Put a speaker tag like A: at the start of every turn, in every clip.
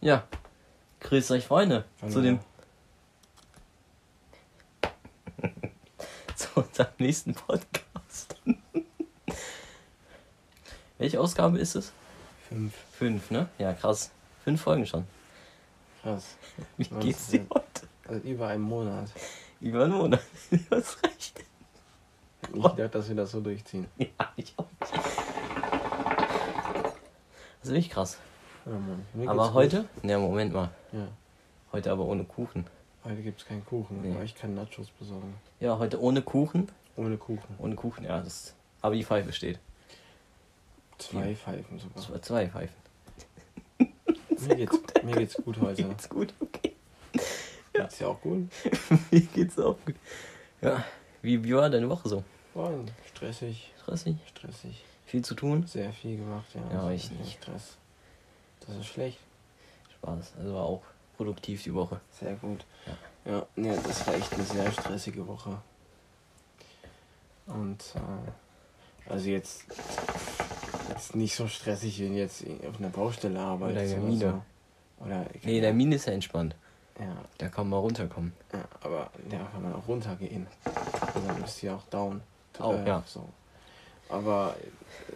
A: Ja. Grüßt euch, Freunde.
B: Hallo.
A: Zu dem. zu unserem nächsten Podcast. Welche Ausgabe ist es?
B: Fünf.
A: Fünf, ne? Ja, krass. Fünf Folgen schon.
B: Krass.
A: Wie
B: Ja,
A: geht's
B: das
A: dir
B: ist-
A: heute?
B: Seit Also über einem Monat.
A: Über einen Monat. Du hast recht.
B: Ich dachte, dass wir das so durchziehen.
A: Ja, ich auch nicht. Das ist wirklich krass.
B: Ja, Mann. Mir geht's
A: aber
B: gut.
A: heute? Ne, Moment mal.
B: Ja.
A: Heute aber ohne Kuchen.
B: Heute gibt es keinen Kuchen.
A: Nee.
B: Aber ich kann Nachos besorgen.
A: Ja, heute ohne Kuchen.
B: Ohne Kuchen.
A: Ohne Kuchen, ja. Das ist, aber die Pfeife steht.
B: Zwei Pfeifen sogar.
A: Zwei, zwei Pfeifen.
B: Mir geht's gut, mir geht's gut
A: Mir
B: heute.
A: geht's gut, okay.
B: Geht's dir auch gut?
A: Mir geht's auch gut. Ja, wie, wie war deine Woche so?
B: Moin. Stressig.
A: Stressig?
B: Stressig.
A: Viel zu tun?
B: Sehr viel gemacht, ja.
A: Ja,
B: Also
A: ich
B: viel
A: nicht.
B: Stress. Das ist schlecht.
A: Spaß. Also war auch produktiv die Woche.
B: Sehr gut. Ja, nee, das war echt eine sehr stressige Woche. Und äh, also jetzt, jetzt nicht so stressig wie jetzt auf einer Baustelle arbeitest
A: in der Mine.
B: So. Oder ich,
A: Nee, in der Mine ist ja entspannt.
B: ja,
A: Da kann man runterkommen.
B: ja, aber da kann man auch runtergehen. Also dann bist du ja auch down.
A: Auch, ja.
B: So. Aber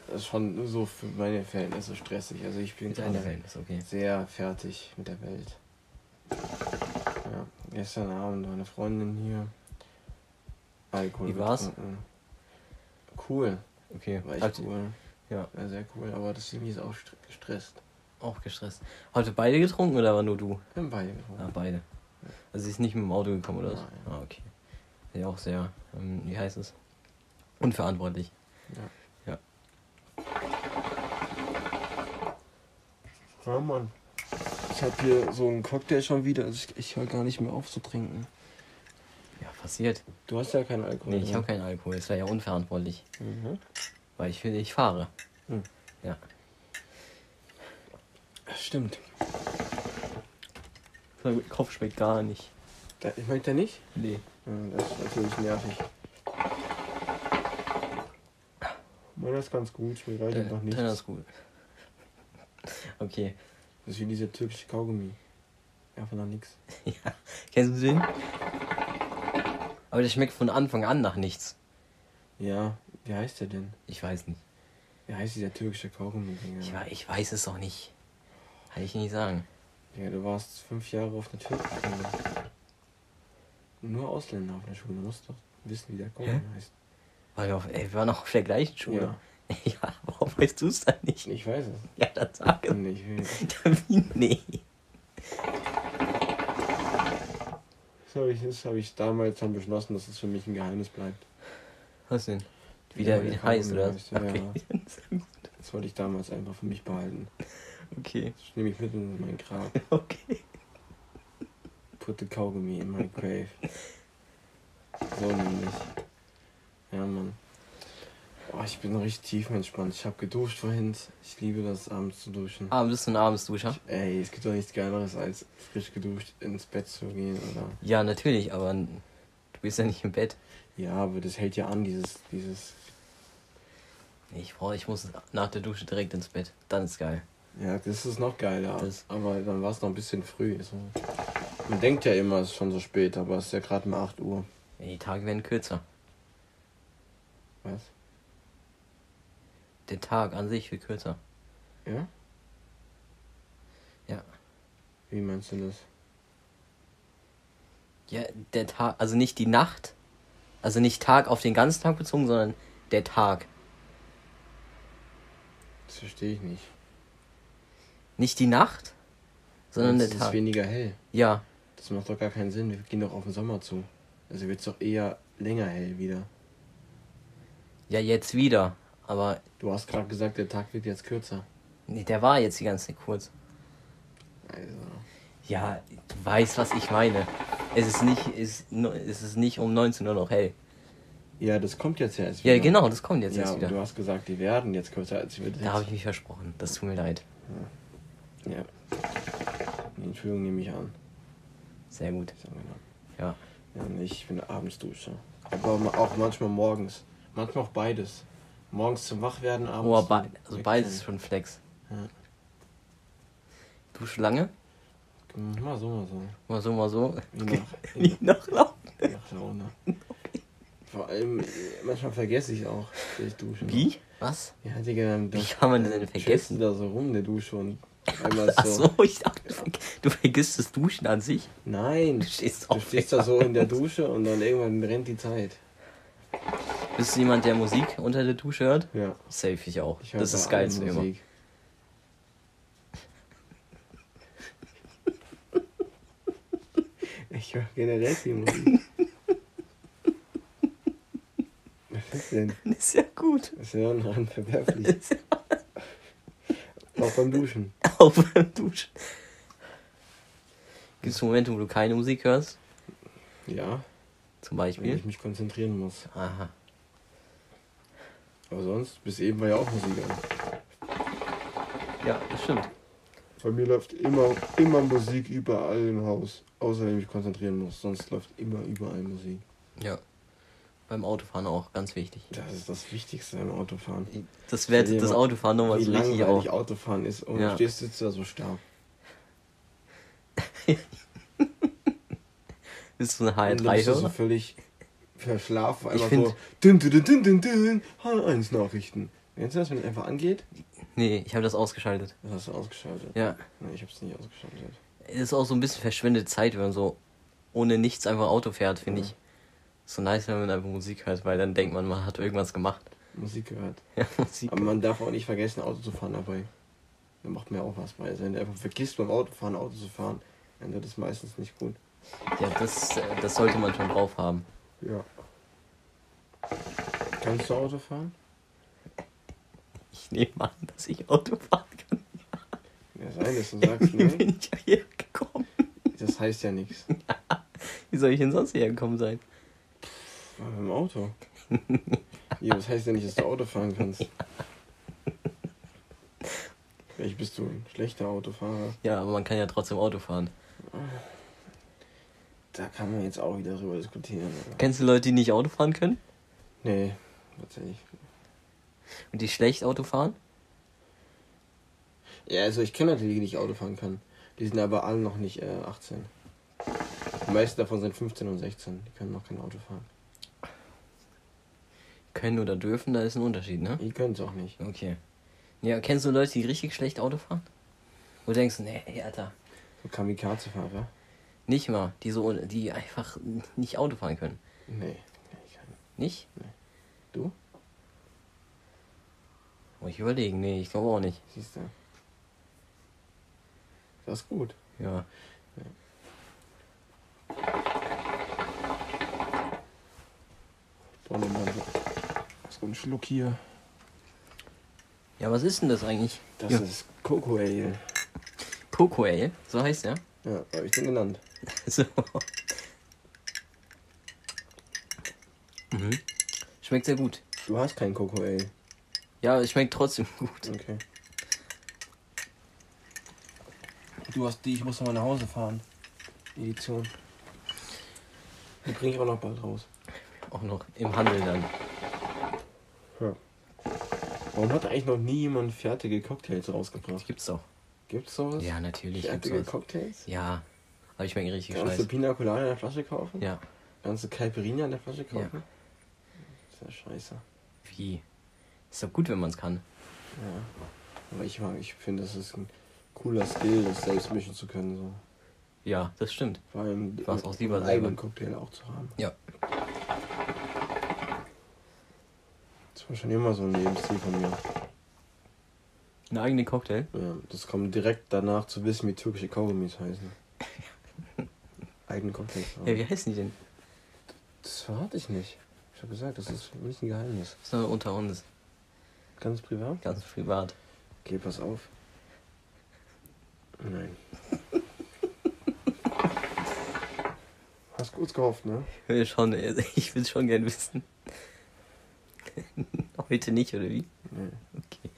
B: das ist schon so für meine Verhältnisse stressig. Also ich bin
A: Mit deinen
B: gerade
A: Verhältnis, okay.
B: sehr fertig mit der Welt. Ja, gestern Abend war eine Freundin hier. Alkohol.
A: Wie war's?
B: getrunken. Cool,
A: Okay.
B: war echt
A: Habt-
B: cool.
A: Ja.
B: War sehr cool, aber das Ding ist auch stre- gestresst.
A: Auch gestresst. Habt ihr beide getrunken oder war nur du?
B: Wir haben beide getrunken.
A: Ah, beide. Also sie ist nicht mit dem Auto gekommen oder so?
B: Nein.
A: Ah, okay. Ja, auch sehr, ähm, wie heißt es? Unverantwortlich.
B: Ja. Mann. Ich hab hier so einen Cocktail schon wieder, also ich, ich höre gar nicht mehr auf zu trinken.
A: Ja, passiert.
B: Du hast ja keinen Alkohol.
A: Nee, ich
B: drin.
A: habe keinen Alkohol. Das wäre ja unverantwortlich.
B: Mhm.
A: Weil ich finde, ich fahre.
B: Hm.
A: Ja.
B: Stimmt.
A: Der Kopf schmeckt gar nicht.
B: Da, ich möchte nicht?
A: Nee.
B: Ja, das ist natürlich nervig. Meiner ist ganz gut, mir reicht
A: Deiner
B: einfach nichts.
A: Äh, ist gut. Okay.
B: Das ist wie dieser türkische Kaugummi. Einfach noch nichts.
A: Ja. Kennst du den? Aber der schmeckt von Anfang an nach nichts.
B: Ja, wie heißt der denn?
A: Ich weiß nicht.
B: Wie heißt dieser türkische Kaugummi?
A: Ich,
B: Digga?
A: wei- ich weiß es doch nicht. Kann ich nicht sagen.
B: Digga, du warst fünf Jahre auf der türkischen Schule. Nur Ausländer auf der Schule. Du musst doch wissen, wie der Kaugummi heißt.
A: Weil wir, auf, ey, wir waren noch auf der gleichen Schule.
B: Ja.
A: Ja, warum weißt du es dann nicht?
B: Ich weiß es.
A: Ja, dann sag es.
B: Und ich will.
A: Wie? Nee.
B: Das habe ich, das hab ich damals schon beschlossen, dass es für mich ein Geheimnis bleibt.
A: Was denn? Wie
B: Ja,
A: der, wie
B: der
A: der heißt,
B: Kaugummi
A: oder?
B: heißt, ja,
A: okay.
B: Das wollte ich damals einfach für mich behalten.
A: okay.
B: Das nehme ich mit in mein Grab.
A: Okay.
B: Put the Kaugummi in my grave. So nämlich. Ja, Mann. Oh, ich bin richtig tief entspannt. Ich habe geduscht vorhin. Ich liebe das, abends zu duschen.
A: Ah, bist du ein Abendsduscher?
B: Ey, es gibt doch nichts Geileres, als frisch geduscht ins Bett zu gehen, oder?
A: Ja, natürlich, aber n- du bist ja nicht im Bett.
B: Ja, aber das hält ja an, dieses, dieses...
A: Nee, Ich brauche, ich muss nach der Dusche direkt ins Bett. Dann ist geil.
B: Ja, das ist noch geiler.
A: Das-
B: Aber dann war es noch ein bisschen früh. So. Man denkt ja immer, es ist schon so spät, aber es ist ja gerade mal 8 Uhr.
A: Ja, Die Tage werden kürzer.
B: Was?
A: Der Tag an sich wird kürzer.
B: Ja?
A: Ja.
B: Wie meinst du das?
A: Ja, der Tag, also nicht die Nacht, also nicht Tag auf den ganzen Tag bezogen, sondern der Tag.
B: Das verstehe ich nicht.
A: Nicht die Nacht, sondern
B: es
A: der
B: ist
A: Tag.
B: weniger hell.
A: Ja,
B: Das macht doch gar keinen Sinn. Wir gehen doch auf den Sommer zu. Also wird es doch eher länger hell wieder.
A: ja, jetzt wieder. Aber
B: Du hast gerade gesagt, der Tag wird jetzt kürzer.
A: nee, der war jetzt die ganze Zeit kurz.
B: Also.
A: Ja, du weißt, was ich meine. Es ist nicht, es, ist nur- es ist nicht um 19 Uhr noch hell.
B: Ja, das kommt jetzt ja erst wieder.
A: Ja, genau, das kommt jetzt
B: ja,
A: erst
B: aber du
A: wieder.
B: hast gesagt, die werden jetzt kürzer als wird
A: Da habe ich mich versprochen. Das tut mir leid.
B: Ja. Nee, Entschuldigung, nehme ich an.
A: Sehr gut.
B: Ist angenommen.
A: Ja.
B: Ja, und ich bin abends Duscher. Aber ma- auch manchmal morgens. Manchmal auch beides. Morgens zum Wachwerden, abends.
A: Oh,
B: zum
A: be also beides ist
B: Wegpennen.
A: schon Flex.
B: Ja.
A: Dusche lange?
B: Hm, Mal so, mal so.
A: Mal so, mal so.
B: Je nach, je
A: Nicht noch laufen.
B: nach, nach Laune. ne? Vor allem, äh, manchmal vergesse ich auch, dass ich dusche. ne?
A: Wie? Was?
B: Ja, Digga, dann
A: Wie kann man das denn
B: chillst du
A: vergessen?
B: da so rum in der Dusche und einmal
A: Ach
B: so.
A: so, ich dachte, du verg- du vergisst das Duschen an sich.
B: Nein,
A: Du stehst
B: du
A: auf.
B: stehst da so in der Dusche und dann irgendwann rennt die Zeit.
A: Bist du jemand, der Musik unter der Dusche hört?
B: Ja,
A: Safe ich auch.
B: ich höre
A: Das ist das
B: bei allen
A: Geilste immer.
B: Musik. Ich höre generell viel Musik. Was ist denn?
A: Das ist ja gut.
B: Das Hören daran verwerflich. Auch beim Duschen.
A: Auch beim Duschen. Gibt es Momente, wo du keine Musik hörst?
B: Ja,
A: Zum
B: wenn
A: Beispiel?
B: ich mich konzentrieren muss.
A: Aha.
B: Aber sonst, bis eben war ja auch Musik an.
A: Ja, das stimmt.
B: Bei mir läuft immer, immer Musik überall im Haus. Außer wenn ich mich konzentrieren muss. Sonst läuft immer überall Musik.
A: Ja. Beim Autofahren auch, ganz wichtig.
B: Das ist das Wichtigste am Autofahren.
A: Das wertet
B: Stell dir
A: das
B: mal-
A: Autofahren nochmal
B: Wie
A: so richtig auf.
B: langweilig Autofahren ist. Und
A: Ja.
B: du stehst, sitzt da so stark.
A: Bist du ein
B: und dann bist du
A: HR3-Hörer?
B: so völlig verschlafen.
A: Ich
B: Einfach
A: find-
B: so. Dün, dün, dün, dün, dün, dün, H1 Nachrichten. Kennst du das, wenn es einfach angeht?
A: Nee, ich habe das ausgeschaltet.
B: Das hast du ausgeschaltet.
A: Ja.
B: Nee, ich hab's nicht ausgeschaltet.
A: Es ist auch so ein bisschen verschwendete Zeit, wenn man so ohne nichts einfach Auto fährt, finde
B: Ja.
A: ich. Ist so nice, wenn man einfach Musik hört, weil dann denkt man, man hat irgendwas gemacht.
B: Musik gehört.
A: Ja, Musik.
B: Aber man darf auch nicht vergessen, Auto zu fahren dabei. Da macht mir auch was bei. Also wenn du einfach vergisst, beim Autofahren Auto zu fahren, dann wird es meistens nicht gut.
A: Ja, das, äh, das sollte man schon drauf haben.
B: Ja. Kannst du Auto fahren?
A: Ich nehme an, dass ich Auto fahren kann.
B: Ja, sein, dass du sagst,
A: Wie
B: nee,
A: bin ich hierher gekommen?
B: das heißt ja nichts.
A: Wie soll ich denn sonst hierher gekommen sein?
B: Fahr mit dem Auto. Ja, das heißt ja nicht, dass du Auto fahren kannst. Vielleicht bist du ein schlechter Autofahrer.
A: Ja, aber man kann ja trotzdem Auto fahren.
B: Da kann man jetzt auch wieder drüber diskutieren. aber-
A: Kennst du Leute, die nicht Auto fahren können?
B: Nee, tatsächlich.
A: Und die schlecht Auto fahren?
B: Ja, also ich kenne Leute, die nicht Auto fahren können. Die sind aber alle noch nicht äh, 18. Die meisten davon sind 15 und 16. Die können noch kein Auto fahren.
A: Können oder dürfen, da ist ein Unterschied, ne?
B: Die können es auch nicht.
A: Okay. Ja, kennst du Leute, die richtig schlecht Auto fahren? Wo du denkst, nee, ey, Alter,
B: So Kamikaze-Fahrer?
A: nicht mal. Die, so, die einfach nicht Auto fahren können.
B: Nee. kenn ich keinen.
A: Nicht?
B: Du?
A: Muss ich überlegen. Nee, ich glaube auch nicht.
B: Siehst du. Das ist gut.
A: Ja.
B: Brauchen wir mal so, so einen Schluck hier.
A: Ja, was ist denn das eigentlich?
B: Das
A: ja.
B: ist Coco Ale.
A: Coco Ale, so heißt er.
B: Ja, habe ich den genannt.
A: So. Mhm. Schmeckt sehr gut.
B: Du hast keinen Coco Ale.
A: Ja, es schmeckt trotzdem gut.
B: Okay. Du hast die, ich muss nochmal nach Hause fahren. Edition. Die bringe ich auch noch bald raus.
A: Auch noch im Handel dann.
B: Warum hat eigentlich noch nie jemand fertige Cocktails
A: Das
B: rausgebracht?
A: gibt's doch.
B: Gibt's sowas?
A: Ja, natürlich gibt's
B: Fertige
A: das.
B: Cocktails?
A: Ja. Aber ich schmecke richtig
B: Kannst du
A: scheiße.
B: Pina Colada in der Flasche kaufen?
A: Ja.
B: Kannst du Caipirinha in der Flasche kaufen? Das ist ja scheiße.
A: Wie? Ist doch gut, wenn man's kann.
B: Ja. Aber ich, mag- ich finde, das ist ein cooler Skill, das selbst mischen zu können. So.
A: Ja, das stimmt.
B: Vor allem äh,
A: Du hast auch lieber
B: einen
A: selber.
B: eigenen Cocktail auch zu haben.
A: Ja.
B: Das war schon immer so ein Lebensstil von mir.
A: Einen eigenen Cocktail?
B: Ja, das kommt direkt danach zu wissen, wie türkische Kaugummis heißen. Eigene Cocktails.
A: Ja, wie heißen die denn?
B: Das verrate ich nicht. Ich habe gesagt, das ist für mich ein Geheimnis.
A: Das ist nur unter uns.
B: Ganz privat?
A: Ganz privat.
B: Okay, pass auf. Nein. Hast kurz gehofft, ne?
A: Ich will schon, äh, ich will schon gern wissen. Heute nicht, oder wie?
B: Nee.
A: Okay.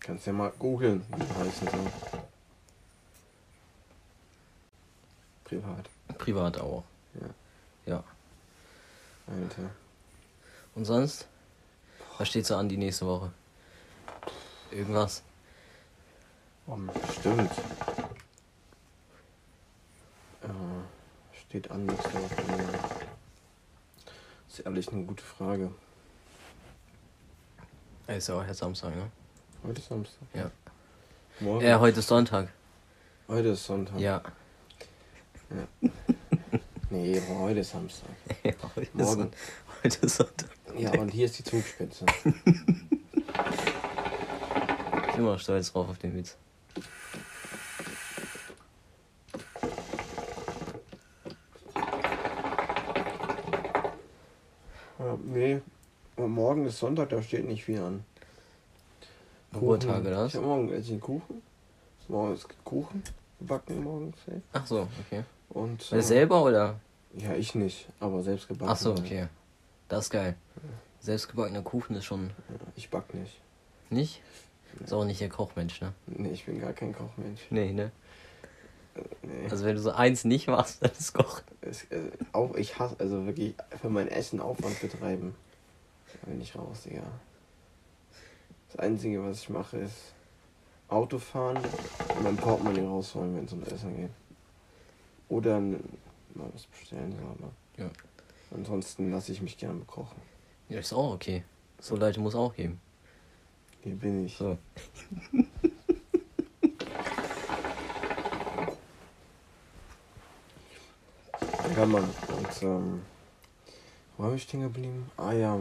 B: Kannst ja mal googeln, wie die heißen so. Privat,
A: Privat auch.
B: Ja.
A: Ja.
B: Alter.
A: Und sonst? Was steht so an die nächste Woche? Irgendwas?
B: Um. Stimmt. Äh, Steht an, nichts dauert länger. Ist ehrlich eine gute Frage.
A: Ist ja auch jetzt Samstag, ne?
B: Heute ist Samstag.
A: Ja.
B: Morgen.
A: Ja, heute ist Sonntag.
B: heute ist Sonntag.
A: Ja.
B: Nee, aber heute ist Samstag.
A: ja heute, ist
B: Morgen.
A: Son- heute ist Sonntag.
B: Ja, und hier ist die Zugspitze.
A: Ich bin immer stolz drauf auf den Witz.
B: Ja, Äh, nee, und morgen ist Sonntag, da steht nicht viel an.
A: Ruhetag, oder
B: Ich
A: was?
B: hab morgen esse ich Kuchen. Morgen es gibt Kuchen. Wir backen morgen safe.
A: Ach so, okay.
B: Und. ähm,
A: Weil selber oder?
B: ja, ich nicht, aber selbst gebacken.
A: Ach so, okay. Das ist geil. Selbstgebackener Kuchen ist schon
B: Ja, ich back nicht.
A: nicht. Ist auch nicht der Kochmensch, ne?
B: Nee, ich bin gar kein Kochmensch.
A: Nee, ne?
B: Nee.
A: Also wenn du so eins nicht machst, dann ist Kochen.
B: Es, äh, auch ich hasse, also wirklich für mein Essen Aufwand betreiben. Da bin ich raus, Digga. Das Einzige, was ich mache, ist Autofahren und mein Portemonnaie rausholen, wenn es ums Essen geht. Oder ein- mal was bestellen, so, aber.
A: Ja.
B: Ansonsten lasse ich mich gern bekochen.
A: Ja, ist auch okay. So Leute muss auch geben.
B: Hier bin ich.
A: So.
B: Ja, Mann. Und, ähm, wo habe ich stehen geblieben? Ah ja,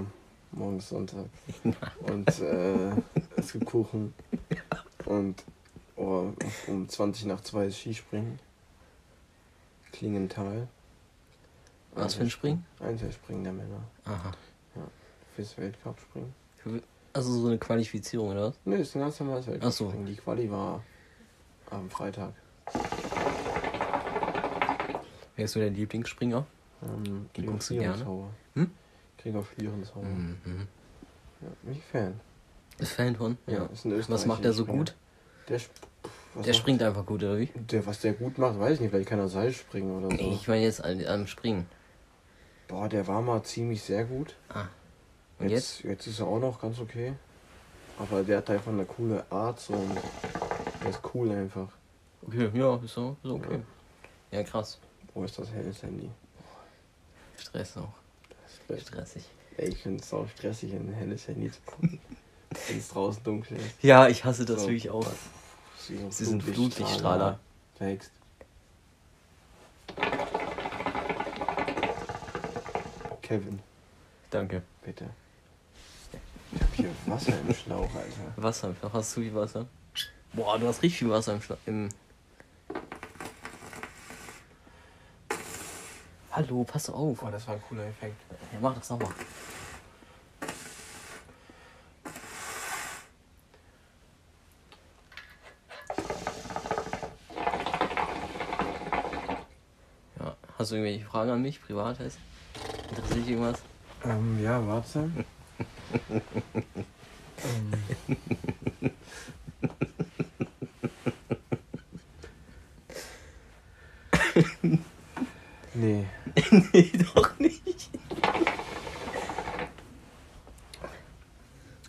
B: morgen ist Sonntag. Und äh, es gibt Kuchen. Und oh, um 20 nach 2 ist Skispringen. Klingenthal.
A: Was für ein Springen?
B: Einzelspringen der Männer.
A: Aha.
B: Fürs Weltcup-Springen.
A: Also so eine Qualifizierung, oder was?
B: Nö, ist ein ganz normales
A: Ach so.
B: Weltcup-Springen. Die Quali war am Freitag.
A: Wer ist so dein Lieblingsspringer?
B: Ähm,
A: Die
B: Gregor
A: guckst du gerne?
B: Schlierenzauer.
A: Hm?
B: Gregor Schlierenzauer.
A: Mhm.
B: Ja, bin ich Fan.
A: Ist Fan von? Ja.
B: ist ein
A: Was macht der so
B: Österreicher-Springer.
A: gut?
B: Der, sp- pff, was
A: Der
B: macht-
A: springt einfach gut, oder wie?
B: Der, was der gut macht, weiß ich nicht. Vielleicht kann er Seil springen oder so.
A: Ich meine jetzt an- am Springen.
B: Boah, der war mal ziemlich sehr gut.
A: Ah. Und jetzt?
B: jetzt? ist er auch noch ganz okay. Aber der hat halt einfach eine coole Art so und der ist cool einfach.
A: Okay, ja, ist so, ist okay. Ja, krass.
B: Wo ist das helles Handy?
A: Stress auch.
B: Das ist-
A: Stressig.
B: Ey, ich finde es auch stressig, in ein helles Handy zu gucken. Wenn es draußen dunkel ist.
A: Ja, ich hasse das
B: So.
A: wirklich auch.
B: Sie
A: Sie sind Flutlichtstrahler.
B: Text. Kevin,
A: Danke.
B: bitte. Ich hab hier Wasser im Schlauch, Alter.
A: Wasser, hast du viel Wasser? Boah, du hast richtig viel Wasser im, Schla im Hallo, pass doch auf.
B: das war ein cooler Effekt.
A: Ja, mach das nochmal. Ja, hast du irgendwelche Fragen an mich, privat heißt? Interessiert dich irgendwas?
B: Ähm, ja, warte. ähm. nee.
A: nee, doch nicht.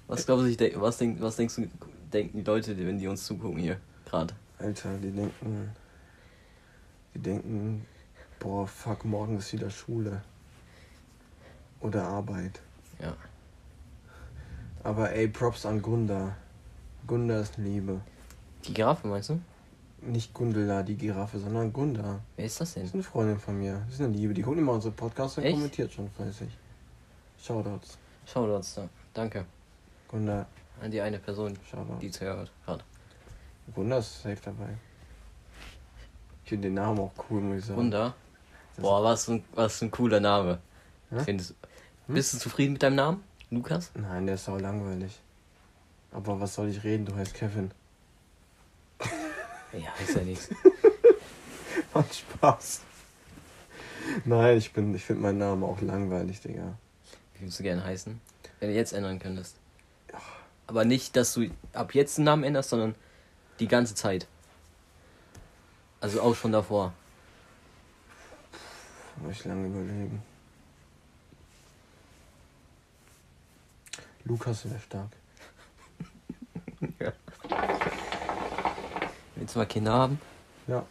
A: Was glaubst du, ich denk, was, denk, was denkst du, denken die Leute, wenn die uns zugucken hier gerade?
B: Alter, die denken. Die denken, boah, fuck, morgen ist wieder Schule. Oder Arbeit.
A: Ja.
B: Aber ey, Props an Gunda. Gunda ist Liebe.
A: Die Giraffe, meinst du?
B: Nicht Gundela, die Giraffe, sondern Gunda.
A: Wer ist das
B: Das ist
A: denn?
B: eine Freundin von mir. Das ist eine Liebe. Die guckt immer unsere Podcasts und
A: Echt?
B: kommentiert schon fleißig. Shoutouts.
A: Schau dort da. Danke.
B: Gunda,
A: An die eine Person,
B: Shoutouts.
A: die zuhört gerade.
B: Gunda ist safe dabei. Ich finde den Namen auch cool, muss ich sagen.
A: Wunder.
B: Das-
A: Boah, was ein, was ein cooler Name.
B: Hä?
A: Findest,
B: Hm?
A: Bist du zufrieden mit deinem Namen? Lukas?
B: Nein, der ist sau langweilig. Aber was soll ich reden? Du heißt Kevin.
A: Ja, ist ja nichts.
B: Hat Spaß. Nein, ich bin, ich finde meinen Namen auch langweilig, Digga.
A: Wie würdest du gerne heißen? Wenn du jetzt ändern könntest. Aber nicht, dass du ab jetzt den Namen änderst, sondern die ganze Zeit. Also auch schon davor.
B: Muss ich lange überlegen. Lukas wäre stark.
A: Willst du mal Kinder haben?
B: Ja.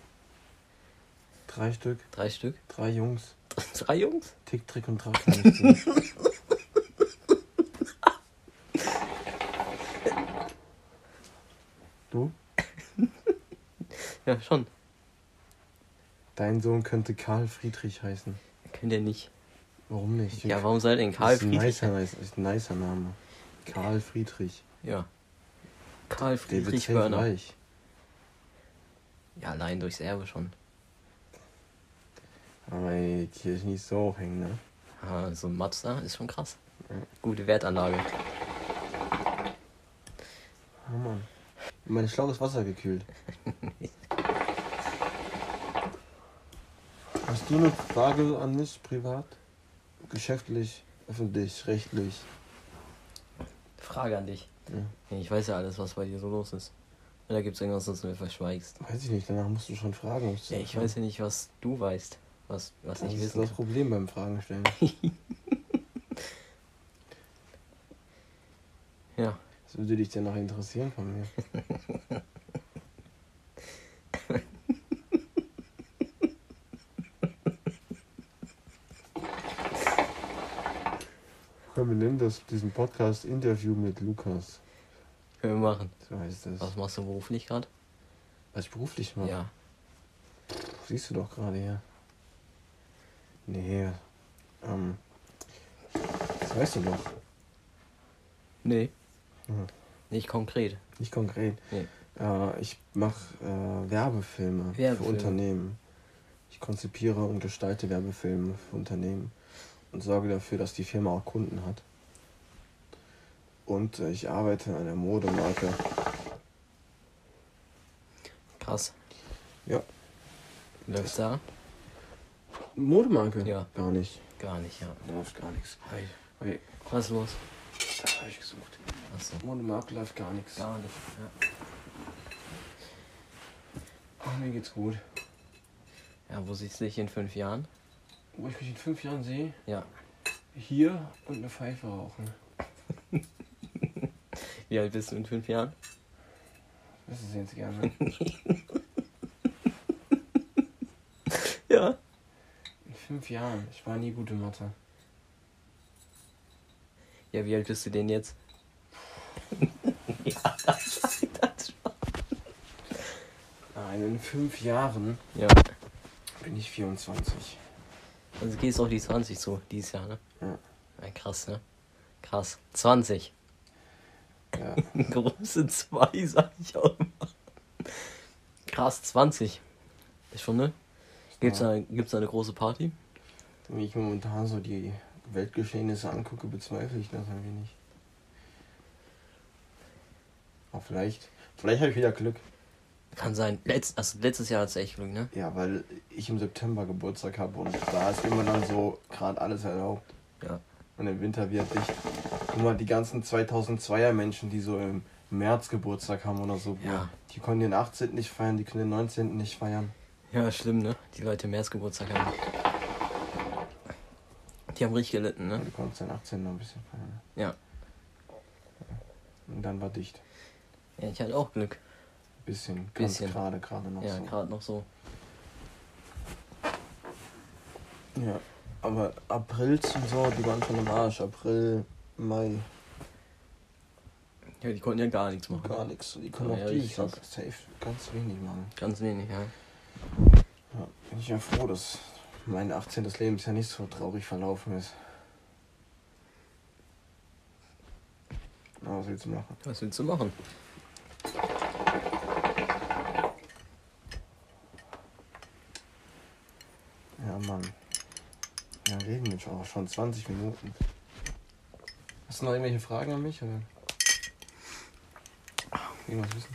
B: Drei Stück,
A: Drei Stück?
B: drei Jungs.
A: Drei Jungs?
B: Tick, Trick und Track. Mäuschen. du?
A: Ja, schon.
B: Dein Sohn könnte Karl Friedrich heißen.
A: Könnt ihr nicht.
B: Warum nicht?
A: Ja, warum soll denn Karl
B: ist ein
A: Friedrich?
B: Nicer, nice, ist ein nicer Name. Karl Friedrich.
A: Ja. Karl
B: Der wird
A: Friedrich
B: safe
A: Börner.
B: reich.
A: Ja, allein durchs Erbe schon.
B: Aber die Kirchen ist so hängen, ne?
A: Ah, so ein Mazda ist schon krass.
B: Ja.
A: Gute Wertanlage.
B: Oh Mann. Mein Schlauch ist wassergekühlt. Hast du eine Frage an mich privat? Geschäftlich, öffentlich, rechtlich?
A: Frage an dich.
B: Ja.
A: Ich weiß ja alles, was bei dir so los ist. Oder gibt es irgendwas, was du mir verschweigst?
B: Weiß ich nicht, danach musst du schon fragen. um es zu
A: Ja, ich
B: erfahren.
A: weiß ja nicht, was du weißt. Was, was
B: Das
A: ich
B: ist
A: wissen
B: das
A: kann.
B: Problem beim Fragen stellen.
A: Ja.
B: Was würde dich denn noch interessieren von mir? Ja, Wir nennen das, diesen Podcast Interview mit Lukas.
A: Können wir machen.
B: So heißt das.
A: Was machst du beruflich gerade?
B: Was ich beruflich mache?
A: Ja.
B: Siehst du doch gerade hier. Nee. Ähm, das weißt du doch.
A: Nee. Mhm.
B: Hm.
A: Nicht konkret.
B: Nicht konkret.
A: Nee.
B: Äh, ich mache äh, Werbefilme für
A: Werbefilme.
B: Unternehmen. Ich konzipiere und gestalte Werbefilme für Unternehmen und sorge dafür, dass die Firma auch Kunden hat. Und äh, ich arbeite an einer Modemarke.
A: Krass.
B: Ja.
A: Läuft's da?
B: Modemarke?
A: Ja.
B: Gar nicht.
A: Gar nicht, ja.
B: Läuft gar nichts.
A: Hey,
B: Hey,
A: Was ist los?
B: das habe ich gesucht.
A: Achso.
B: Modemarke läuft gar nichts.
A: Gar nicht. Ja.
B: Ach, mir geht's gut.
A: ja, wo siehst du dich in fünf Jahren?
B: Wo ich mich in fünf Jahren sehe,
A: Ja.
B: hier und eine Pfeife rauchen.
A: Wie alt bist du in fünf Jahren?
B: Das ist jetzt gerne.
A: Ja.
B: In fünf Jahren. Ich war nie gute Mathe.
A: Ja, wie alt bist du denn jetzt? ja, das war das. war-
B: Nein, in fünf Jahren
A: Ja.
B: bin ich 24.
A: Also gehst du auf die 20 zu, dieses Jahr, ne?
B: Ja.
A: ja. Krass, ne? Krass. 20.
B: Ja,
A: Große 2, sag ich auch mal. Krass, 20. Ist schon, ne? Gibt's,
B: Ja.
A: da, gibt's da eine große Party?
B: wenn ich mir momentan so die Weltgeschehnisse angucke, bezweifle ich das ein wenig. Aber vielleicht, vielleicht habe ich wieder Glück.
A: Kann sein. Letz, also letztes Jahr hat's echt Glück, ne?
B: Ja, weil ich im September Geburtstag habe und da ist immer dann so gerade alles erlaubt.
A: Ja.
B: Und im Winter wird dicht. Guck mal, die ganzen 2002er Menschen, die so im März Geburtstag haben oder so,
A: Ja.
B: die können den 18. nicht feiern, die können den 19. nicht feiern.
A: Ja, schlimm, ne? Die Leute im März Geburtstag haben. Die haben richtig gelitten,
B: Ja,
A: ne?
B: Du konntest den 18. noch ein bisschen feiern.
A: Ja.
B: Und dann war dicht.
A: Ja, ich hatte auch Glück.
B: Bisschen, ganz
A: Bisschen.
B: gerade, gerade noch
A: Ja,
B: so.
A: gerade noch so.
B: Ja, aber April zum so, die waren schon im Arsch. April, Mai,
A: Ja, die konnten ja gar nichts machen.
B: gar nichts. Die können
A: Ja,
B: auch
A: ja,
B: die,
A: richtig
B: ich sag,
A: krass.
B: safe, ganz wenig machen.
A: Ganz wenig, ja.
B: Ja, bin ich ja froh, dass mein 18. Lebensjahr nicht so traurig verlaufen ist. Na, was willst du machen?
A: Was willst du machen?
B: Ja, Mann. Ja, reden wir schon, auch schon 20 Minuten. Hast du noch irgendwelche Fragen an mich? Oder? Irgendwas wissen?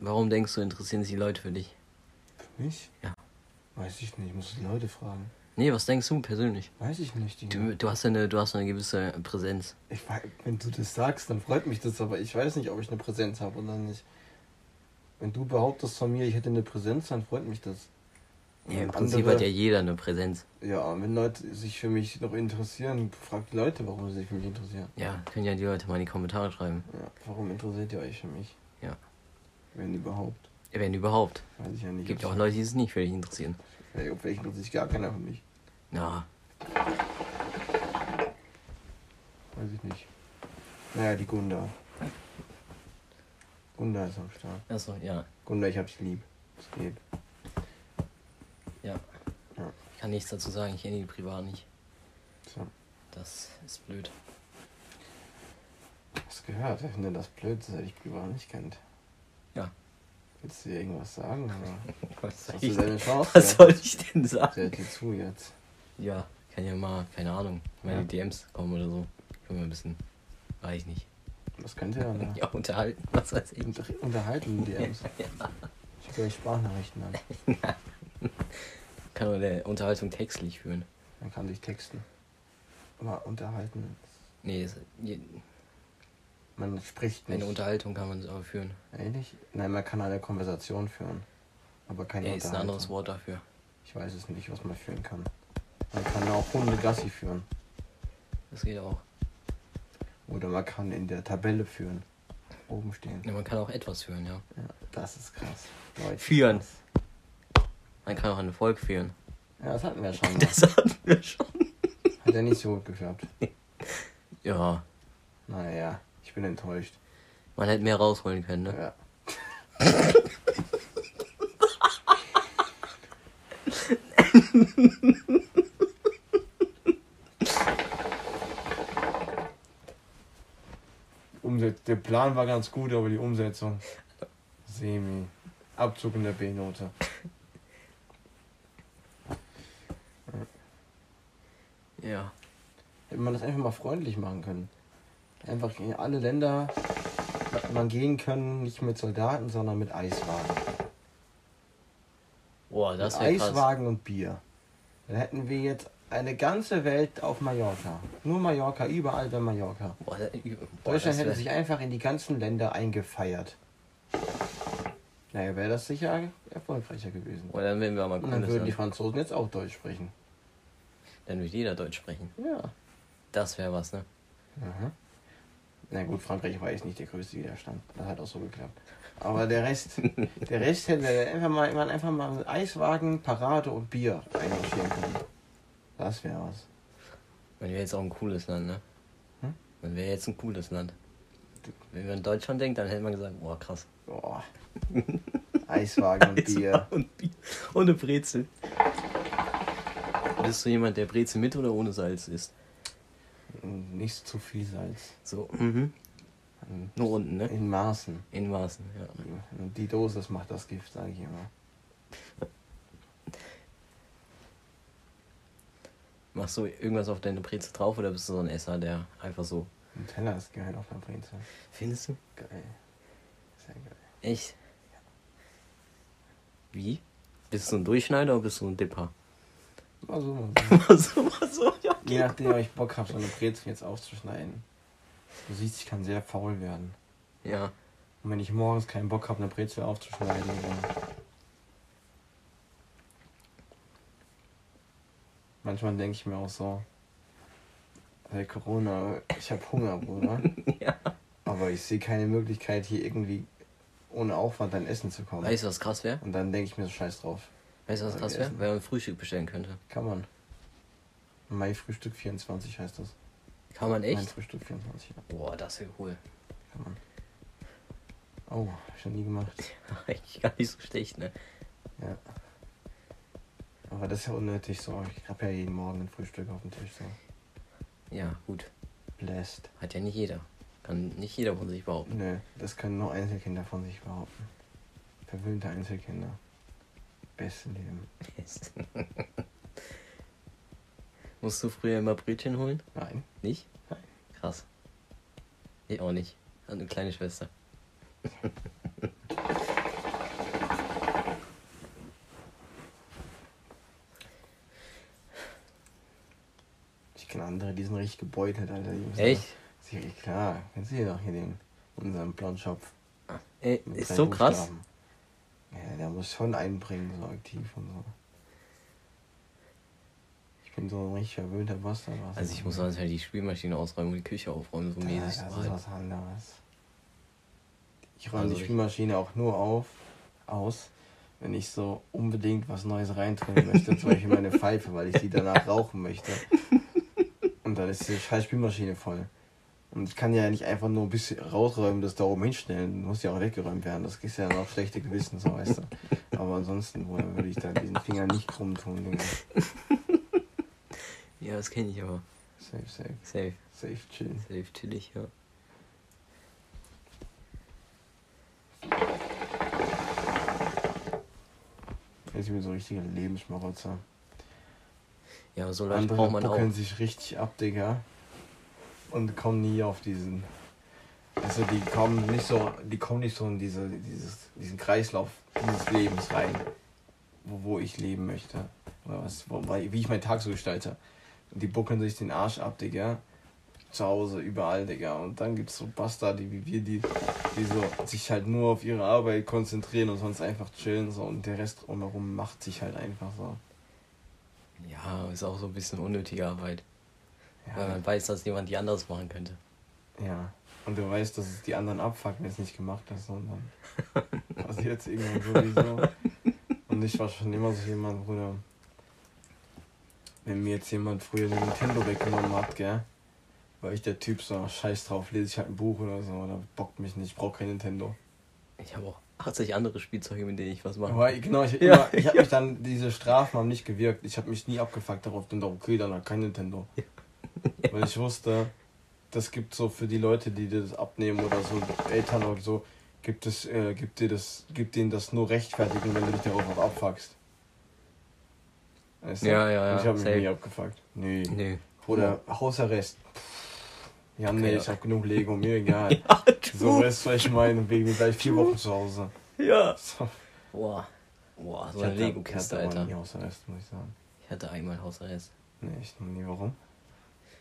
A: Warum denkst du, interessieren sich die Leute für dich?
B: Für mich?
A: Ja.
B: Weiß ich nicht, ich muss die Leute fragen.
A: Nee, was denkst du persönlich?
B: Weiß ich nicht. Digga.
A: Du, du hast ja eine, du hast eine gewisse Präsenz.
B: Ich, wei- wenn du das sagst, dann freut mich das, aber ich weiß nicht, ob ich eine Präsenz habe oder nicht. Wenn du behauptest von mir, ich hätte eine Präsenz, dann freut mich das.
A: Ja, Im
B: Und
A: Prinzip
B: andere-
A: hat ja jeder eine Präsenz.
B: Ja, und wenn Leute sich für mich noch interessieren, fragt die Leute, warum sie sich für mich interessieren.
A: Ja, können ja die Leute mal in die Kommentare schreiben.
B: Ja, warum interessiert ihr euch für mich?
A: Ja.
B: Wenn überhaupt.
A: Wenn überhaupt.
B: Weiß ich ja nicht.
A: Gibt ja
B: ob's-
A: auch Leute, die es nicht für dich interessieren.
B: Ey, ob welchen nutze ich gar keiner für mich.
A: Na,
B: Weiß ich nicht. Naja, die Gunda. Gunda ist am Start.
A: achso, also, ja.
B: Gunda, ich hab dich lieb. Es geht.
A: Ich kann nichts dazu sagen, ich kenne ihn privat nicht.
B: So.
A: Das ist blöd.
B: Hast du gehört? Ich finde das blöd, dass er dich privat nicht kennt.
A: Ja.
B: Willst du dir irgendwas sagen? Oder?
A: Was soll
B: Hast du
A: ich,
B: deine Chance?
A: was soll ich denn sagen?
B: Seid dir zu jetzt.
A: Ja, kann ja mal, keine Ahnung, meine
B: Ja.
A: DMs kommen oder so. Können wir ein bisschen, weiß ich nicht,
B: Was könnt ihr dann?
A: ja, ne? unterhalten, was weiß ich.
B: Unter unterhalten die DMs. Schickt euch Sprachnachrichten an.
A: Kann nur eine Unterhaltung textlich führen.
B: Man kann sich texten. Aber unterhalten.
A: Nee, es- je-
B: Man spricht nicht.
A: eine Unterhaltung kann man aber führen.
B: Ehrlich? Nein, man kann eine Konversation führen. Aber keine
A: Ey, ist ein
B: Unterhaltung.
A: anderes Wort dafür.
B: Ich weiß es nicht, was man führen kann. Man kann auch Hunde Gassi führen.
A: Das geht auch.
B: Oder man kann in der Tabelle führen. Oben stehen.
A: Ja, man kann auch etwas führen, ja.
B: Ja, das ist krass. Leute,
A: Führen.
B: das-
A: Man kann auch einen Erfolg führen.
B: Ja, das hatten wir schon. mal.
A: Das hatten wir schon.
B: Hat ja nicht so gut geklappt.
A: Ja,
B: Naja, ich bin enttäuscht.
A: man hätte mehr rausholen können, ne?
B: Ja. Umset der Plan war ganz gut, aber die Umsetzung. Semi. Abzug in der B-Note.
A: Ja.
B: Hätte man das einfach mal freundlich machen können. Einfach in alle Länder hätte man gehen können, nicht mit Soldaten, sondern mit Eiswagen.
A: Boah, das
B: mit
A: wäre krass.
B: Eiswagen und Bier. Dann hätten wir jetzt eine ganze Welt auf Mallorca. Nur Mallorca, überall bei Mallorca.
A: Boah, da- boah,
B: Deutschland
A: das
B: hätte
A: wär,
B: sich einfach in die ganzen Länder eingefeiert. Naja, wäre das sicher erfolgreicher gewesen.
A: boah, dann wären wir mal
B: Und dann
A: Kumpels.
B: würden die
A: Dann,
B: Franzosen jetzt auch Deutsch sprechen.
A: dann würde jeder Deutsch sprechen.
B: Ja.
A: Das wäre was, ne?
B: Aha. Mhm. Na gut, Frankreich war jetzt nicht der größte Widerstand. Das hat auch so geklappt. Aber der Rest, der Rest hätte einfach mal, man einfach mal mit Eiswagen, Parade und Bier einmarschieren können. Das wäre was.
A: Man wäre jetzt auch ein cooles Land, ne?
B: Hm?
A: Man wäre jetzt ein cooles Land. Wenn man an Deutschland denkt, dann hätte man gesagt, boah, krass.
B: Boah. Eiswagen und Bier.
A: Und, Bier. und eine Brezel. Bist du jemand, der Brezel mit oder ohne Salz isst?
B: Und Nicht zu viel Salz.
A: So, mhm. Nur unten, ne?
B: In Maßen.
A: In Maßen, ja.
B: Die Dosis macht das Gift, sage ich immer.
A: Machst du irgendwas auf deine Brezel drauf oder bist du so ein Esser, der einfach so.
B: Ein Teller ist geil auf der Brezel.
A: Findest du?
B: Geil. Sehr geil.
A: Echt? Wie? Bist du ein Durchschneider oder bist du ein Dipper?
B: Mal so, mal so.
A: Mal so, mal so, ja.
B: Je nachdem, ob ich Bock habe, so eine Brezel jetzt aufzuschneiden. Du siehst, ich kann sehr faul werden.
A: Ja,
B: Und wenn ich morgens keinen Bock habe, eine Brezel aufzuschneiden, dann... Manchmal denke ich mir auch so, bei Corona, ich habe Hunger, Bruder.
A: Ja.
B: Aber ich sehe keine Möglichkeit, hier irgendwie ohne Aufwand an Essen zu kommen.
A: Weißt du, was krass wäre?
B: Und dann denke ich mir so scheiß drauf.
A: Weißt du, was
B: Aber
A: krass
B: wir
A: wäre?
B: essen.
A: Wenn man Frühstück bestellen könnte.
B: Kann man. Mein Frühstück 24 heißt das.
A: Kann man
B: Mein
A: echt?
B: Frühstück 24, ja.
A: Boah, das wäre cool.
B: Kann man. Oh, hab ich noch nie gemacht.
A: Eigentlich gar nicht so schlecht, ne?
B: Aber das ist ja unnötig so. Ich hab ja jeden Morgen ein Frühstück auf dem Tisch so.
A: Ja, gut.
B: Bläst.
A: Hat ja nicht jeder. Kann nicht jeder von sich behaupten.
B: Nö, das können nur Einzelkinder von sich behaupten. Verwöhnte Einzelkinder. Beste Leben.
A: Musst du früher immer Brötchen holen?
B: Nein.
A: Nicht?
B: Nein.
A: Krass. Ich auch nicht. Hat eine kleine Schwester.
B: Ich kenne andere, die sind richtig gebeutelt, Alter. Die müssen-
A: Echt?
B: Sie, klar, kennst du hier doch hier den, unseren Blondschopf.
A: Ey,
B: mit
A: ist
B: seinen
A: so krass.
B: Buchstaben. Ja, der muss schon einbringen, so aktiv und so. Ich bin so ein richtig verwöhnter Bastard. was
A: Also ich muss manchmal die Spielmaschine ausräumen und die Küche aufräumen, so
B: Ja,
A: mäßig.
B: das
A: so
B: ist
A: halt.
B: was anderes. Ich räume
A: Also
B: die
A: ich-
B: Spielmaschine auch nur auf, aus, wenn ich so unbedingt was Neues reintun möchte, zum Beispiel meine Pfeife, weil ich die danach rauchen möchte. Und dann ist die scheiß Spülmaschine voll. Und ich kann ja nicht einfach nur ein bisschen rausräumen, das da oben hinstellen. Muss ja auch weggeräumt werden. Das ist ja noch schlechte Gewissen, so weißt du. Aber ansonsten, woher würde ich da diesen Finger nicht krumm tun, Digga?
A: Ja, das kenne ich aber.
B: Safe, safe,
A: Safe.
B: safe, chill.
A: Safe chillig, ja.
B: Jetzt sind wir so richtige Lebensschmarotzer.
A: Ja, aber so Leute
B: Andere
A: braucht man auch.
B: buckeln sich richtig ab, Digga. Und kommen nie auf diesen. Also die kommen nicht so, die kommen nicht so in diese, dieses, diesen Kreislauf dieses Lebens rein, wo, wo ich leben möchte. Oder was, wo, weil- wie ich meinen Tag so gestalte. Und die buckeln sich den Arsch ab, Digga. Zu Hause, überall, Digga. Und dann gibt's so Bastarde wie wir, die, die so sich halt nur auf ihre Arbeit konzentrieren und sonst einfach chillen so und der Rest drumherum macht sich halt einfach so.
A: Ja, ist auch so ein bisschen unnötige Arbeit. Weil
B: Ja,
A: man weiß, dass jemand die anders machen könnte.
B: Ja. Und du weißt, dass es die anderen abfucken, wenn es nicht gemacht ist, sondern passiert es irgendwann sowieso. Und ich war schon immer so jemand, Bruder. Wenn mir jetzt jemand früher den Nintendo weggenommen hat, gell? Weil ich der Typ so, scheiß drauf, lese ich halt ein Buch oder so, oder bockt mich nicht, ich brauch kein Nintendo.
A: Ich habe auch 80 andere Spielzeuge, mit denen ich was mache.
B: Aber ich- genau, ich,
A: Ja.
B: immer, ich hab mich dann, diese Strafen haben nicht gewirkt. Ich habe mich nie abgefuckt darauf, denn doch, okay, dann hat kein Nintendo. Weil ich wusste, das gibt so für die Leute, die dir das abnehmen oder so, Eltern oder so, gibt es, äh, gibt dir das, gibt denen das nur rechtfertigen, wenn du dich darauf auch abfuckst. Weißt du?
A: Ja, ja,
B: Und
A: ja,
B: ich habe mich
A: safe.
B: nie abgefuckt. Nee.
A: Nö.
B: Oder Hausarrest. Ja, nee,
A: ja.
B: ich habe genug Lego, mir egal.
A: Ja,
B: So, weißt du, was ich meine? Wegen gleich vier Wochen zu Hause.
A: Ja.
B: So.
A: Boah. Boah, so
B: Ich
A: eine
B: hatte-
A: Lego-Kiste,
B: hatte aber
A: Alter.
B: nie Hausarrest, muss ich sagen.
A: Ich hatte einmal Hausarrest.
B: Nee, ich noch nie. Warum?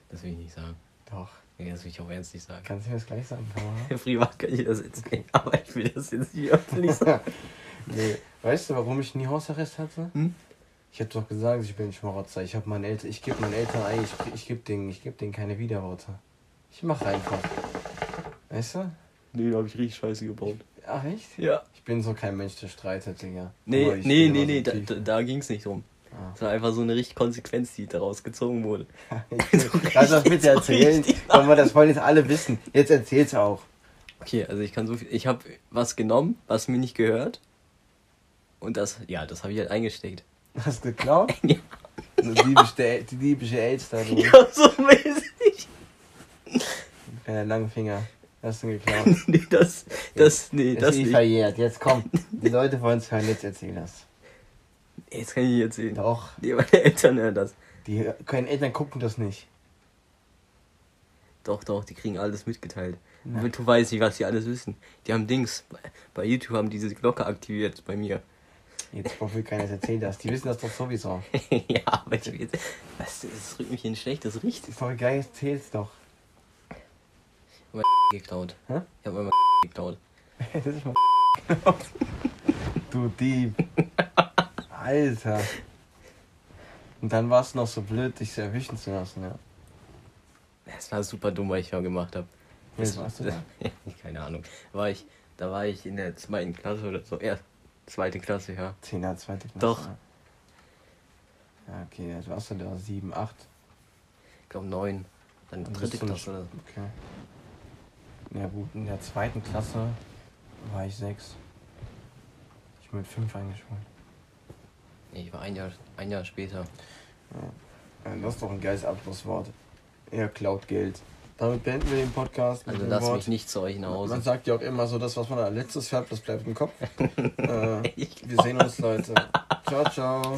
A: Das will ich nicht sagen.
B: Doch.
A: Nee, das will ich auch ernst nicht sagen.
B: Kannst du mir das gleich sagen, Kamera?
A: Privat kann ich das jetzt nicht, aber ich will das jetzt nicht öffentlich sagen.
B: nee. Weißt du, warum ich nie Hausarrest hatte?
A: Hm?
B: Ich hab doch gesagt, ich bin Schmarotzer. Ich hab meinen Eltern, ich geb meinen Eltern ein, ich, ich geb denen, ich geb denen keine Widerworte. Ich mach einfach. Weißt du?
A: Nee, da habe ich richtig scheiße gebaut.
B: Ach echt?
A: Ja.
B: Ich bin so kein Mensch, der streitet, Digga.
A: Nee,
B: Aber ich
A: nee,
B: bin
A: nee,
B: immer
A: nee,
B: so
A: da,
B: ein
A: da,
B: Typ.
A: da ging es nicht drum.
B: Ah.
A: Es war einfach so eine richtige Konsequenz, die daraus gezogen wurde.
B: Kannst du das bitte
A: so
B: erzählen?
A: richtig-
B: Wollen wir das wollen jetzt alle wissen. Jetzt erzähl's auch.
A: Okay, also ich kann so viel. Ich habe was genommen, was mir nicht gehört. Und das, ja, das habe ich halt eingesteckt.
B: Hast du geklaut?
A: Ja.
B: Die diebische, El- die diebische Elster,
A: Mhm.
B: du.
A: so mäßig.
B: Äh, langen Finger. Hast du geklaut?
A: Nee, das, das, nee,
B: Ist
A: das
B: eh
A: nicht. Ey,
B: verjährt. Jetzt komm. Die Leute wollen es hören, jetzt erzähl das.
A: Das kann ich nicht erzählen.
B: Doch.
A: Nee, meine Eltern hören das.
B: Die können Eltern gucken das nicht.
A: Doch, doch, die kriegen alles mitgeteilt.
B: Na.
A: Aber Du weißt nicht, was die alles wissen. Die haben Dings. Bei, bei YouTube haben die diese Glocke aktiviert bei mir.
B: Jetzt wofür keiner erzählt das. Die wissen das doch sowieso.
A: ja, aber ich will jetzt. Was, das rückt mich in ein schlechtes Licht.
B: Ist doch egal, erzähl's doch.
A: geklaut.
B: Hä?
A: Ich habe einmal geklaut.
B: Das ist mal Du Dieb. Alter. Und dann warst du noch so blöd, dich so erwischen zu lassen, ja.
A: Das war super dumm, was ich da gemacht habe.
B: Jetzt warst du da.
A: Keine Ahnung. War ich, da war ich in der zweiten Klasse oder so. Ja, zweite Klasse, ja.
B: 10 Jahre zweite Klasse.
A: Doch.
B: Ja, okay, jetzt warst du da 7, 8.
A: Ich glaube neun. Dann
B: Dann
A: dritte
B: bist du
A: Klasse oder so.
B: Okay. Ja gut, in der zweiten Klasse war ich sechs. Ich bin mit fünf eingeschult.
A: Nee, ich war ein Jahr, ein Jahr später.
B: Ja, das ist doch ein geiles Abschlusswort. Er klaut Geld. Damit beenden wir den Podcast. mit
A: Also
B: dem
A: lasst
B: Wort.
A: mich nicht zu euch nach
B: Man
A: Hause.
B: sagt ja auch immer so, das, was man als letztes färbt, das bleibt im Kopf. äh,
A: Ich
B: wir sehen uns, Leute. Ciao, ciao.